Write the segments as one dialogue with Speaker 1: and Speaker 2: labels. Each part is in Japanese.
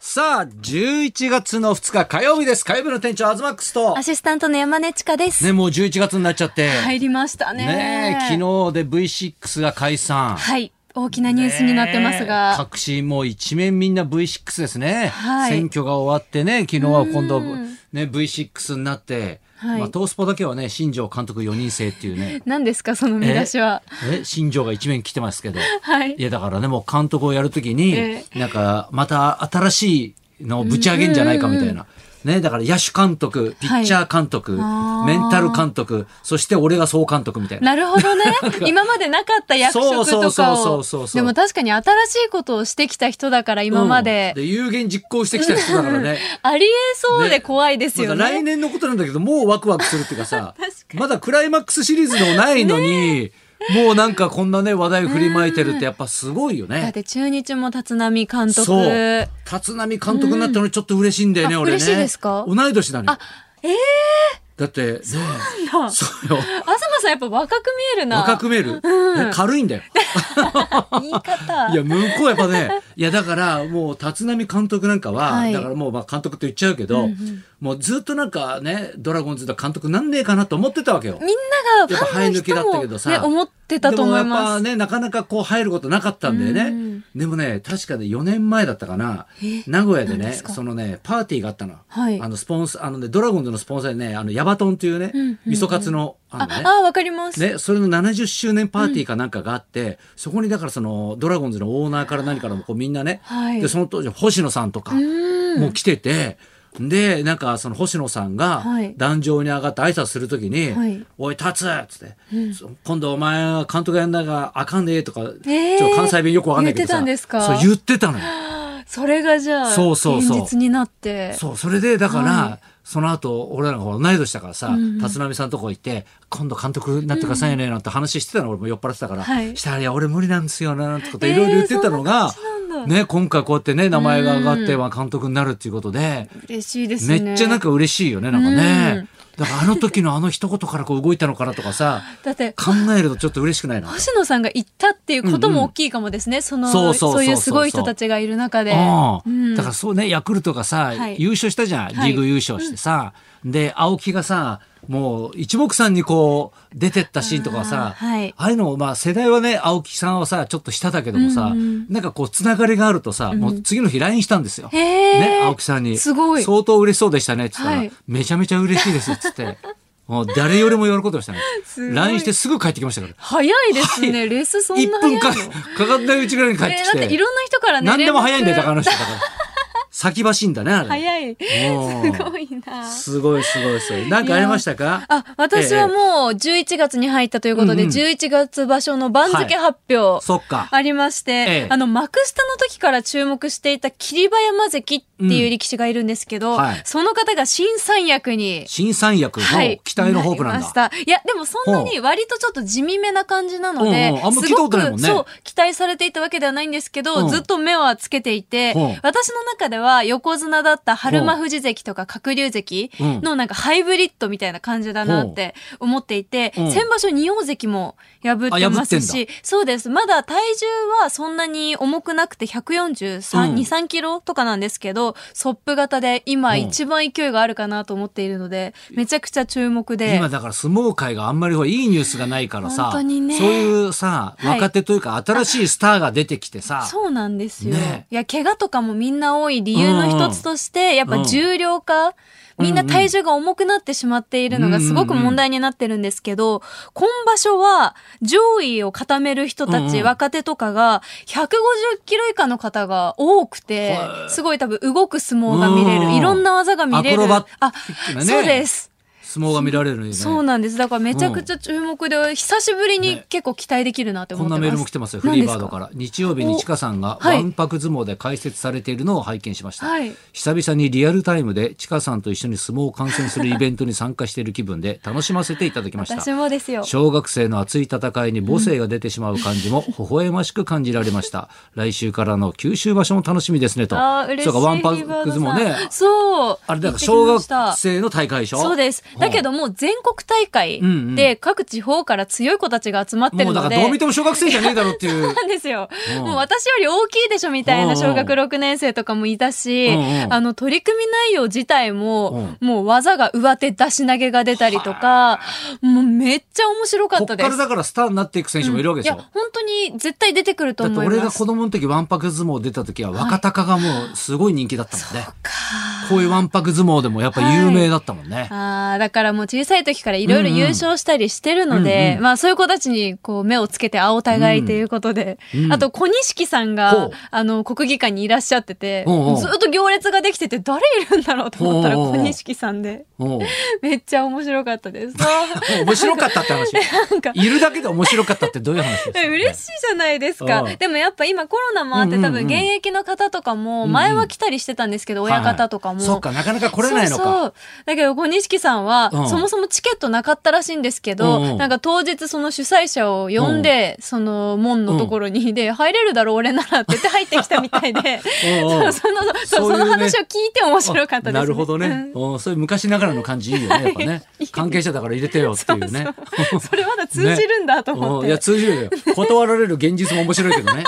Speaker 1: さあ、11月の2日火曜日です。火曜日の店長、アズマックスと
Speaker 2: ア。シスタントの山根千佳です。
Speaker 1: ね、もう11月になっちゃって。
Speaker 2: 入りましたね。
Speaker 1: ねえ昨日で V6 が解散。
Speaker 2: はい。大きなニュースになってます
Speaker 1: ねえ
Speaker 2: が。
Speaker 1: 各紙もう一面みんな V6 ですね。
Speaker 2: はい
Speaker 1: 選挙が終わってね、昨日は今度、ね、V6 になって、
Speaker 2: はい。
Speaker 1: まあ、トースポだけはね、新庄監督4人制っていうね
Speaker 2: 何ですか、その見出しは。
Speaker 1: え、新庄が一面来てますけど。
Speaker 2: はい
Speaker 1: い。やだからねもう監督をやるときに、
Speaker 2: え
Speaker 1: なんかまた新しいのをぶち上げんじゃないかみたいな。ね、だから野手監督、ピッチャー監督、
Speaker 2: あー
Speaker 1: メンタル監督、そして俺が総監督みたいな。
Speaker 2: なるほ どね。今までなかった役職
Speaker 1: そうそうそ
Speaker 2: とか
Speaker 1: うそ
Speaker 2: を
Speaker 1: うそう。そう
Speaker 2: でも確かに新しいことをしてきた人だから、今まで
Speaker 1: うん。で、有言実行してきた人だから ね。
Speaker 2: ありえそうで怖いですよ
Speaker 1: まだ来
Speaker 2: ね。
Speaker 1: 年のことなんだけど、もうワクワクするっていうかさ
Speaker 2: 確、か
Speaker 1: まだクライマックスシリーズのないのに、もうなんかこんなね、話題振りまいてるってやっぱすごいよ
Speaker 2: だっ
Speaker 1: ね。
Speaker 2: て中日も立浪監
Speaker 1: そう。
Speaker 2: 督。
Speaker 1: 立浪監督になったのにちょっと嬉しいんだよね、
Speaker 2: うんあ
Speaker 1: 俺ね。
Speaker 2: 嬉しいですか
Speaker 1: 同い年なのよ。
Speaker 2: ええ
Speaker 1: だって、ね
Speaker 2: なんだ
Speaker 1: そうよ。
Speaker 2: 東さんやっぱ若く見えるな。
Speaker 1: 若く見える。ね軽いんだよ。
Speaker 2: 言い方。
Speaker 1: いや、向こうやっぱね、いや、だから、もう、立浪監督なんかは、
Speaker 2: はい
Speaker 1: だからもう、まあ、監督って言っちゃうけど、もうずっとなんかね、ドラゴンズの監督なんねえかなと思ってたわけよ。
Speaker 2: みんながファンの人
Speaker 1: やっぱ生え抜きだったけど
Speaker 2: も、
Speaker 1: さ
Speaker 2: ね、思ってたと思い
Speaker 1: でもやっ
Speaker 2: ま
Speaker 1: ぱ
Speaker 2: す。
Speaker 1: ね、なかなかこう入ることなかったんだよ
Speaker 2: う
Speaker 1: ね
Speaker 2: ん。
Speaker 1: でもね、確かね、4年前だったかな
Speaker 2: え。
Speaker 1: 名古屋で
Speaker 2: 何
Speaker 1: ね、
Speaker 2: ですか
Speaker 1: そのね、パーティーがあったの。
Speaker 2: はい
Speaker 1: あの、スポンス、あのね、ドラゴンズのスポンサーでね、あの、ヤバトンっていうね
Speaker 2: うんうんうん、
Speaker 1: 味噌カツの、あのね。
Speaker 2: あ、あ、わかります。
Speaker 1: ね、それの70周年パーティーかなんかがあって、そこにだからそのドラゴンズのオーナーから何からもこうみんなね、
Speaker 2: はい
Speaker 1: でその当時星野さんとか
Speaker 2: うん
Speaker 1: もう来てて、でなんかその星野さんが
Speaker 2: はい
Speaker 1: 壇上に上がって挨拶するときに「
Speaker 2: はい
Speaker 1: おい立つ!」っつって、そ今度お前は監督やんながあかんねえ」とか、
Speaker 2: ー
Speaker 1: ちょっと関西弁よくわかんないけどさ
Speaker 2: 言ってたんですか
Speaker 1: そう言ってたのよ。
Speaker 2: それがじゃあ、
Speaker 1: そうそうそう
Speaker 2: 現実になって。
Speaker 1: そう、それで、だから、
Speaker 2: は
Speaker 1: その後、俺らがほら同い年だからさ、
Speaker 2: ん
Speaker 1: 立浪さんとこ行って、今度監督になってくださいね、なんて話してたの、俺も酔っ払ってたから、
Speaker 2: はい
Speaker 1: したら、いや、俺無理なんですよな、なんてこと
Speaker 2: えー
Speaker 1: いろいろ言ってたのが、
Speaker 2: そんな感じなんだ
Speaker 1: ね、今回こうやってね、名前が上がって、まあ監督になるっていうことで、
Speaker 2: 嬉しいです
Speaker 1: め
Speaker 2: ね。
Speaker 1: っちゃなんか嬉しいよね、なんか
Speaker 2: う
Speaker 1: ね
Speaker 2: ん。
Speaker 1: だからあの時のあの一言からこう動いたのかなとかさ、
Speaker 2: だって、
Speaker 1: 考えるとちょっと嬉しくないな。
Speaker 2: 星野さんが行ったっていうことも大きいかもですね。その
Speaker 1: そ
Speaker 2: そうう
Speaker 1: そうそうそう
Speaker 2: いうすごい人たちがいる中で。
Speaker 1: ああ
Speaker 2: うん
Speaker 1: だからそうね、ヤクルトがさ、
Speaker 2: はい
Speaker 1: 優勝したじゃん、リ
Speaker 2: はい
Speaker 1: ーグ優勝してさ、で、青木がさ、もう一目散にこう、出てったシーンとかさ、
Speaker 2: あーはい
Speaker 1: ああいうのも、まあ世代はね、青木さんはさ、ちょっと下だけどもさ、
Speaker 2: うんうん
Speaker 1: なんかこう、つながりがあるとさ、もう次の日 LINE したんですよ。
Speaker 2: へえ
Speaker 1: ね、青木さんに。
Speaker 2: すごい。
Speaker 1: 相当嬉しそうでしたね、って言ったら、
Speaker 2: はい
Speaker 1: めちゃめちゃ嬉しいです、っつって。もう誰よりも喜んでましたね。
Speaker 2: すごい
Speaker 1: LINE してすぐ帰ってきましたから。
Speaker 2: 早いですね。
Speaker 1: は
Speaker 2: レースそん
Speaker 1: 1
Speaker 2: な早い
Speaker 1: 分
Speaker 2: の。
Speaker 1: か、かかんないうちぐらいに帰って
Speaker 2: え
Speaker 1: き
Speaker 2: ー
Speaker 1: て。
Speaker 2: だっていろんな人からね。
Speaker 1: 何でも早いんだよ、
Speaker 2: 連
Speaker 1: だからあ
Speaker 2: 絡
Speaker 1: の人だから。先走んだね、あれ。
Speaker 2: 早い。
Speaker 1: うん
Speaker 2: すごいな。
Speaker 1: すごいすごいすごい。なんかありましたか
Speaker 2: あ、私はもう11月に入ったということで、
Speaker 1: うんうん
Speaker 2: 11月場所の番付発表。
Speaker 1: そっか。
Speaker 2: ありまして、
Speaker 1: ええ
Speaker 2: あの、幕下の時から注目していた霧馬山関っていう力士がいるんですけど、
Speaker 1: うんはい
Speaker 2: その方が新三役に、
Speaker 1: 新三役の
Speaker 2: はい。
Speaker 1: 期待のホープなん
Speaker 2: りま
Speaker 1: だ
Speaker 2: し。たいや、でもそんなに割とちょっと地味めな感じなので、
Speaker 1: うんうんあんま聞い
Speaker 2: す
Speaker 1: た
Speaker 2: ご
Speaker 1: こと
Speaker 2: く
Speaker 1: ないもんね
Speaker 2: そう、期待されていたわけではないんですけど、
Speaker 1: うん
Speaker 2: ずっと目はつけていて、
Speaker 1: うん
Speaker 2: 私の中では横綱だった春馬富士関とか鶴竜関のなんかハイブリッドみたいな感じだなって思っていて、
Speaker 1: うん
Speaker 2: 先場所仁王関も破ってます
Speaker 1: あ破
Speaker 2: し、そうです。まだ体重はそんなに重くなくて143、
Speaker 1: うん
Speaker 2: 2、3キロとかなんですけど、ソップ型で今
Speaker 1: うん
Speaker 2: 一番勢いがあるかなと思っているので、めちゃくちゃ注目で。
Speaker 1: 今だから相撲界があんまりほらいいニュースがないからさ、
Speaker 2: 本当にね
Speaker 1: そういうさ、
Speaker 2: はい
Speaker 1: 若手というか新しいスターが出てきてさ、
Speaker 2: そうなんですよ、
Speaker 1: ね
Speaker 2: いや、怪我とかもみんな多い理由の一つとして、やっ
Speaker 1: う
Speaker 2: ぱ
Speaker 1: ん
Speaker 2: 重量化、みんな体重が重くなってしまっているのがすごく問題になってるんですけど、今場所は上位を固める人た
Speaker 1: うん
Speaker 2: ち、
Speaker 1: うん
Speaker 2: 若手とかが、150キロ以下の方が多くて
Speaker 1: は、い
Speaker 2: すごい多分動く相撲が見れ
Speaker 1: う
Speaker 2: る、
Speaker 1: ん
Speaker 2: いろんな技が見れ
Speaker 1: アクロ
Speaker 2: る。
Speaker 1: バ
Speaker 2: あ
Speaker 1: ティックな、ね
Speaker 2: そうです。
Speaker 1: 相撲が見られるのにね。
Speaker 2: そうなんです。だからめちゃくちゃ注目で、久しぶりに結構期待できるなって
Speaker 1: こ
Speaker 2: 思っ
Speaker 1: んな
Speaker 2: てます。。
Speaker 1: メールも来てますよ、フリーバードからら。日曜日にちかさんが
Speaker 2: おは
Speaker 1: わ
Speaker 2: い
Speaker 1: んぱく相撲で解説されているのを拝見しました。
Speaker 2: はい
Speaker 1: 久々にリアルタイムでちかさんと一緒に相撲を観戦するイベントに参加している気分で楽しませていただきました。
Speaker 2: 私もですよ。
Speaker 1: 小学生の熱い戦いに母性が出てしまう感じ も微笑ましく感じられました。来週からの九州場所も楽しみですねと。
Speaker 2: ああ、嬉しい。
Speaker 1: そうか、ワンパ
Speaker 2: リバー
Speaker 1: ク
Speaker 2: ド
Speaker 1: ズ
Speaker 2: さん
Speaker 1: もね、
Speaker 2: そう。
Speaker 1: あれだから
Speaker 2: 行ってき
Speaker 1: 小
Speaker 2: ました
Speaker 1: 学生の大会でしょ
Speaker 2: そうです。だけどもう全国大会
Speaker 1: うんうん
Speaker 2: で各地方から強い子たちが集まって
Speaker 1: も
Speaker 2: る
Speaker 1: うだ
Speaker 2: の
Speaker 1: か
Speaker 2: で、
Speaker 1: らどう見ても小学生じゃねえだろっていう。
Speaker 2: なんですよ。
Speaker 1: うん
Speaker 2: もう私より大きいでしょみたいな小学6年生とかもいたし、
Speaker 1: うんうん
Speaker 2: あの取り組み内容自体も、もう技が上手出し投げが出たりとか、もうめっちゃ面白か
Speaker 1: こ
Speaker 2: っ
Speaker 1: った
Speaker 2: で
Speaker 1: か
Speaker 2: す。
Speaker 1: らだからスターになっていく選手もいるわけでしょ。
Speaker 2: いや、本当に絶対出てくると
Speaker 1: だっ
Speaker 2: 思い
Speaker 1: て
Speaker 2: ます。
Speaker 1: 俺が子供の時わんぱく相撲出た時は若隆がもうすごい人気だったもんね、こういうわんぱく相撲でもやっぱ有名だったもんね、
Speaker 2: ああ、だからもう小さい時からいろいろ優勝したりしてるの
Speaker 1: うん
Speaker 2: で、
Speaker 1: うんうん
Speaker 2: まあそういう子たちにこう目をつけて青互いということで、
Speaker 1: うん
Speaker 2: あと小錦さん
Speaker 1: ほ
Speaker 2: が
Speaker 1: う、
Speaker 2: あの、国技館にいらっしゃってて、
Speaker 1: おうおう
Speaker 2: ずっと行列ができてて誰いるんだろうと思ったら
Speaker 1: おうおうお
Speaker 2: 小
Speaker 1: う
Speaker 2: 錦さんで、
Speaker 1: おう
Speaker 2: めっちゃ面白かったです。
Speaker 1: 面白かったって 話
Speaker 2: なんか
Speaker 1: いるだけで面白かったってどういう話ですか、
Speaker 2: え嬉しいじゃないですか
Speaker 1: うん。
Speaker 2: でもやっぱ今コロナもあっ
Speaker 1: うんう
Speaker 2: て
Speaker 1: んう
Speaker 2: 多
Speaker 1: ん
Speaker 2: 分現役の方とかも前は来たりしてたんですけど、
Speaker 1: はいは
Speaker 2: 親
Speaker 1: い
Speaker 2: 方とかも。
Speaker 1: そっかなかなか来れないのか
Speaker 2: そうそうだけど小錦さんは、
Speaker 1: うん
Speaker 2: そもそもチケットなかったらしいんですけど、
Speaker 1: うんうん
Speaker 2: なんか当日その主催者を呼んで、その門のところに、で入れるだろう俺ならって言って入ってきたみたいで
Speaker 1: お うおう
Speaker 2: そうそのそう
Speaker 1: そういうね
Speaker 2: その話を聞いて面白かったです、
Speaker 1: なるほどね、
Speaker 2: うん
Speaker 1: おうそういう昔ながらの感じいいよねや っぱね関係者だから入れてよっていうね
Speaker 2: それまだ通じるんだと思っ
Speaker 1: おう
Speaker 2: て、
Speaker 1: いや通じるよ断られる現実も面白いけ どね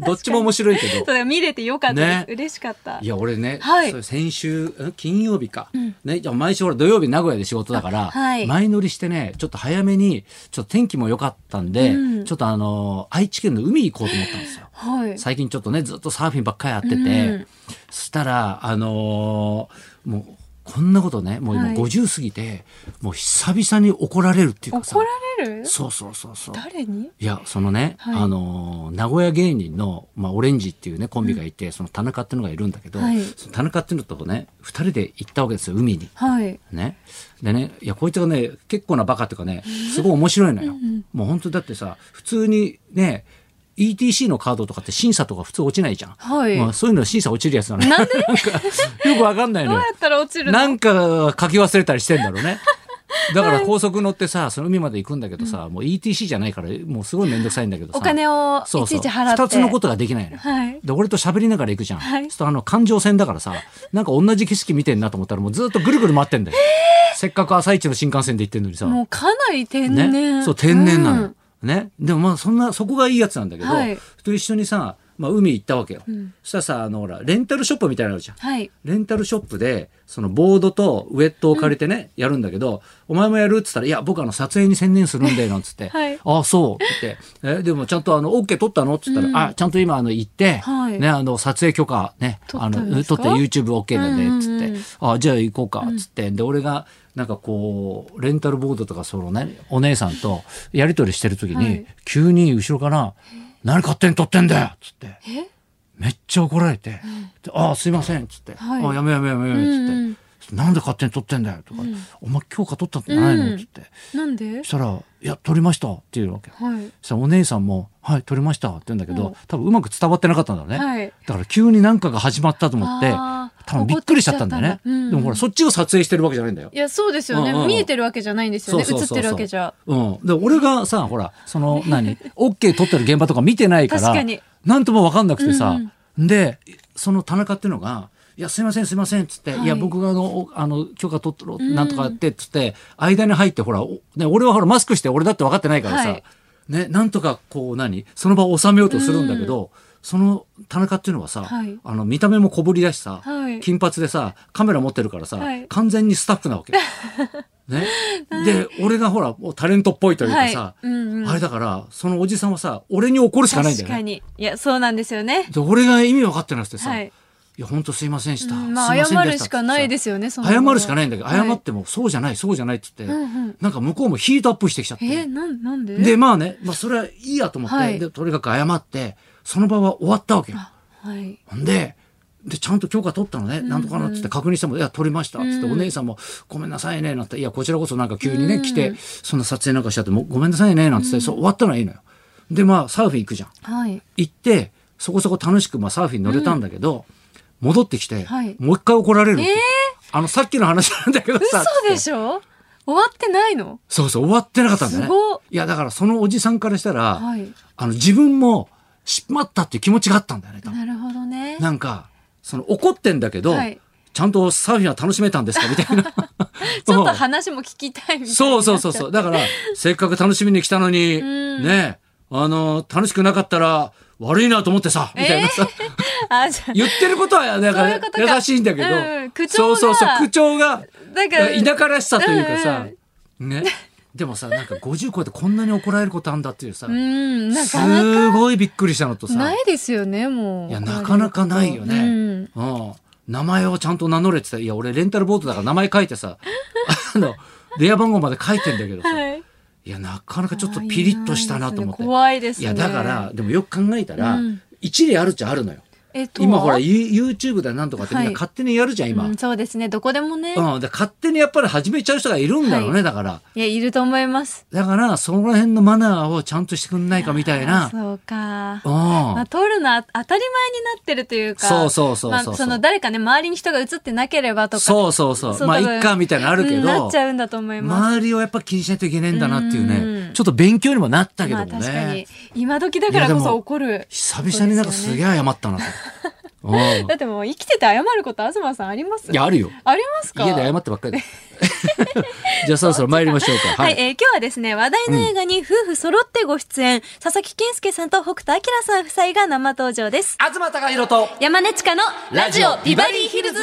Speaker 1: どっちも面白いけど
Speaker 2: そうだから見れてよかったです、
Speaker 1: ね
Speaker 2: 嬉しかった
Speaker 1: いや俺ね、
Speaker 2: はい
Speaker 1: それ先週ん金曜日か、ねいや毎週俺土曜日名古屋で仕事だから、
Speaker 2: あはい
Speaker 1: 前乗りしてねちょっと早めにちょっと天気も良かったんで、
Speaker 2: うん
Speaker 1: ちょっとあの愛知県の海行こうと思ったんですよ。
Speaker 2: はい
Speaker 1: 最近ちょっとねずっとサーフィンばっかりやってて、
Speaker 2: うん
Speaker 1: そしたらあのーもうこんなことねもう今
Speaker 2: はい
Speaker 1: 50過ぎて、もう久々に怒られるっていうかさ
Speaker 2: 怒られる
Speaker 1: そうそうそうそう
Speaker 2: 誰に
Speaker 1: いや、そのね、
Speaker 2: はい
Speaker 1: あのー名古屋芸人の、まあ、オレンジっていうね、コンビがいて、その田中っていうのがいるんだけど、
Speaker 2: はい
Speaker 1: その田中っていうのとね、二人で行ったわけですよ、海に。
Speaker 2: はい
Speaker 1: ね。でね、いや、こいつがね、結構なバカっていうかね、すごい面白いのよ。もう本当だってさ、普通にね、ETC のカードとかって審査とか普通落ちないじゃん。
Speaker 2: はい
Speaker 1: まあ、そういうの審査落ちるやつなのなんでよくわかんない
Speaker 2: ど
Speaker 1: の
Speaker 2: う
Speaker 1: よ
Speaker 2: や。ったら落ちるの
Speaker 1: なんか書き忘れたりしてんだろう ね。だから高速乗ってさ、その海まで行くんだけどさ、もう ETC じゃないから、もうすごい面倒くさいんだけどさ。
Speaker 2: お金をいち
Speaker 1: そうそう
Speaker 2: いち払って
Speaker 1: 二つのことができないのよ。
Speaker 2: はい
Speaker 1: で、俺と喋りながら行くじゃん。
Speaker 2: はい
Speaker 1: ちょっとあの、環状線だからさ、なんか同じ景色見てんなと思ったら、もうずっとぐるぐる回ってんだよ。せっかく朝一の新幹線で行ってんのにさ。
Speaker 2: もうかなり天然、
Speaker 1: ね、そう天然なの、
Speaker 2: うん
Speaker 1: ね、でもまあそんなそこがいいやつなんだけど、
Speaker 2: はい
Speaker 1: と一緒にさ、まあ、海行ったわけよ、
Speaker 2: うん
Speaker 1: そしたらさあのほらレンタルショップみたいなのあるじゃん
Speaker 2: はい。
Speaker 1: レンタルショップでそのボードとウェットを借りてね、やるんだけど「お前もやる?」っつったら「いや僕あの撮影に専念するんで」なんつって「
Speaker 2: はい
Speaker 1: ああそう」って言ってえ「でもちゃんとあの OK 取ったの?」っつったら「
Speaker 2: うん
Speaker 1: あちゃんと今あの行って、
Speaker 2: はい
Speaker 1: ね、あの撮影許可ね
Speaker 2: 取
Speaker 1: あ
Speaker 2: ったん
Speaker 1: の
Speaker 2: ですか
Speaker 1: 取って YouTubeOK なんで」っつって「
Speaker 2: うんうんうん
Speaker 1: あじゃあ行こうか」っつって、で俺がなんかこうレンタルボードとかそのねお姉さんとやり取りしてる時に、
Speaker 2: はい
Speaker 1: 急に後ろから「何勝手に撮ってんだよ」っつって。
Speaker 2: え
Speaker 1: めっちゃ怒られて「でああすいません」っつって「
Speaker 2: はい
Speaker 1: ああやめやめやめやめ」っつって、
Speaker 2: うんうん
Speaker 1: なんで勝手に撮ってんだよ」とか、お前許可取ったんじゃないの?」っつって、
Speaker 2: なんで
Speaker 1: そしたら「いや撮りました」って言うわけ、
Speaker 2: はい。
Speaker 1: そしたらお姉さんも「はい撮りました」って言うんだけど、
Speaker 2: うん
Speaker 1: 多分うまく伝わってなかったんだろうね、
Speaker 2: はい
Speaker 1: だから急に何かが始まったと思って
Speaker 2: あー
Speaker 1: 多分びっくりしちゃったんだよ
Speaker 2: 怒っ
Speaker 1: ね
Speaker 2: てきちゃったんだうんうん
Speaker 1: でもほらそっちを撮影してるわけじゃないんだよ
Speaker 2: いや、そうですよね、
Speaker 1: うんうんうん
Speaker 2: 見えてるわけじゃないんですよね。
Speaker 1: そうそう
Speaker 2: 映
Speaker 1: そ
Speaker 2: っ
Speaker 1: うそう
Speaker 2: てるわけじゃ。
Speaker 1: うん、で俺がさほらその何 OK 取ってる現場とか見てないから
Speaker 2: 確かに
Speaker 1: なんとも分かんなくてさ、でその田中っていうのが「いやすいませんすいません」っつって「
Speaker 2: はい
Speaker 1: い、や僕があのおあの許可取ってろ
Speaker 2: ん
Speaker 1: なんとかって」っつって間に入ってほら、おね、俺はほらマスクして俺だって分かってないからさ、
Speaker 2: はい
Speaker 1: ね、なんとかこう何その場を収めようとするんだけど、その田中っていうのはさ、
Speaker 2: はい
Speaker 1: あの見た目も小ぶりだしさ、
Speaker 2: はい
Speaker 1: 金髪でさカメラ持ってるからさ、
Speaker 2: はい
Speaker 1: 完全にスタッフなわけ。 ね、で俺がほらもうタレントっぽいというか
Speaker 2: はい。
Speaker 1: さ、
Speaker 2: うんうん、
Speaker 1: あれだからそのおじさんはさ俺に怒るしかないんだ
Speaker 2: 確
Speaker 1: よ
Speaker 2: か
Speaker 1: ね。
Speaker 2: に。いや、そうなんですよね。
Speaker 1: で俺が意味分かってなくてさ「
Speaker 2: はいい、
Speaker 1: や本当すいませんでした」
Speaker 2: うんまあ、
Speaker 1: すいません
Speaker 2: 謝
Speaker 1: で
Speaker 2: る
Speaker 1: た
Speaker 2: しかないですよね、その
Speaker 1: 謝るしかないんだけど謝
Speaker 2: は
Speaker 1: っても「そうじゃないそうじゃない」って言って、
Speaker 2: うんうん
Speaker 1: なんか向こうもヒートアップしてきちゃって、
Speaker 2: い、え、なん、なんで
Speaker 1: でまあね、まあ、それはいいやと思って、
Speaker 2: はい
Speaker 1: でとにかく謝ってその場は終わったわけよ。
Speaker 2: はい。
Speaker 1: ほんで、で、ちゃんと許可取ったのね、なんとかなっつって確認しても、いや、取りました。つって、お姉さんも、ごめんなさいね、なんて、いや、こちらこそなんか急にね、来て、そんな撮影なんかしちゃって、もうごめんなさいね、なんつって、そう、終わったのはいいのよ。で、まあ、サーフィン行くじゃん。
Speaker 2: はい。
Speaker 1: 行って、そこそこ楽しく、まあ、サーフィン乗れたんだけど、戻ってきて、
Speaker 2: はい
Speaker 1: もう一回怒られるって
Speaker 2: えー
Speaker 1: あの、さっきの話なんだけどさ。
Speaker 2: 嘘で
Speaker 1: つって
Speaker 2: しょ終わってないの
Speaker 1: そうそう、終わってなかったんだね。
Speaker 2: すごっ
Speaker 1: いや、だから、そのおじさんからしたら、
Speaker 2: はい。
Speaker 1: あの、自分も、しまったっていう気持ちがあったんだよね、多分
Speaker 2: なるほどね。
Speaker 1: なんか、その怒ってんだけど、
Speaker 2: はい
Speaker 1: ちゃんとサーフィンは楽しめたんですかみたいな。
Speaker 2: ちょっと話も聞きたいみたいな。
Speaker 1: そうそうそうそう。だから、せっかく楽しみに来たのに、
Speaker 2: ん
Speaker 1: ね、あの、楽しくなかったら悪いなと思ってさ、みたいな さ、
Speaker 2: あ、じゃあ
Speaker 1: 言ってることは、なん
Speaker 2: そうい
Speaker 1: か
Speaker 2: うことか
Speaker 1: 優しいんだけど、
Speaker 2: うん口調
Speaker 1: そう
Speaker 2: が
Speaker 1: そうそう、口調が、
Speaker 2: なんか、
Speaker 1: 田舎らしさというかさ、ね。でもさ、なんか50超えてこんなに怒られることあんだっていうさ
Speaker 2: う、ん、なかなか
Speaker 1: すごいびっくりしたのとさ、
Speaker 2: ないですよね、もう。
Speaker 1: いや、なかなかないよ
Speaker 2: う
Speaker 1: ね
Speaker 2: ん。
Speaker 1: うん。名前をちゃんと名乗れって言ったら、いや、俺レンタルボートだから名前書いて さ、あの、電話番号まで書いてんだけどさ、
Speaker 2: はい。
Speaker 1: いや、なかなかちょっとピリッとしたなと思って。
Speaker 2: 怖いです
Speaker 1: い
Speaker 2: ね。
Speaker 1: や、だから、、でもよく考えたら
Speaker 2: うん、
Speaker 1: 一理あるっちゃあるのよ。
Speaker 2: えっと、
Speaker 1: 今ほら、ユ YouTube だなんとかってみん
Speaker 2: は
Speaker 1: ない勝手にやるじゃん、今。
Speaker 2: う
Speaker 1: うん
Speaker 2: ん、そうですね、どこでもね。
Speaker 1: だから勝手にやっぱり始めちゃう人がいるんだろう
Speaker 2: は
Speaker 1: ね、だから。
Speaker 2: いや、いると思います。
Speaker 1: だから、その辺のマナーをちゃんとしてくんないかみたいな。
Speaker 2: そうか。
Speaker 1: うん。
Speaker 2: まあ、撮るのは当たり前になってるというか。
Speaker 1: そうそうそうそう
Speaker 2: まあ、その誰かね、周りに人が映ってなければとか。
Speaker 1: そうそうそう。
Speaker 2: そう
Speaker 1: まあ、
Speaker 2: 多分
Speaker 1: いっか、みたいなのあるけ
Speaker 2: うんな
Speaker 1: ど
Speaker 2: っち、ゃうんだと思います。
Speaker 1: 周りをやっぱ気にしないといけないんだなっていう
Speaker 2: う
Speaker 1: ね
Speaker 2: ん。
Speaker 1: ちょっと勉強にもなったけど
Speaker 2: ま
Speaker 1: も
Speaker 2: あ、確かに
Speaker 1: ね。。
Speaker 2: 今時だからこ
Speaker 1: いやで
Speaker 2: そ
Speaker 1: も
Speaker 2: 怒る。
Speaker 1: 久々になんかすげえ謝ったなと。うん
Speaker 2: だってもう生きてて謝ること、東さんあります
Speaker 1: いや、あるよ。
Speaker 2: ありますか
Speaker 1: 家で謝ってばっかりだ じゃあそろそろ参りましょうか。
Speaker 2: は、
Speaker 1: はいい。
Speaker 2: えー今日はですね、話題の映画に夫婦揃ってご出演、佐々木健介さんと北斗晶さん夫妻が生登場です。
Speaker 1: 東隆弘と
Speaker 2: 山根千佳のラジオビバリーヒルズ。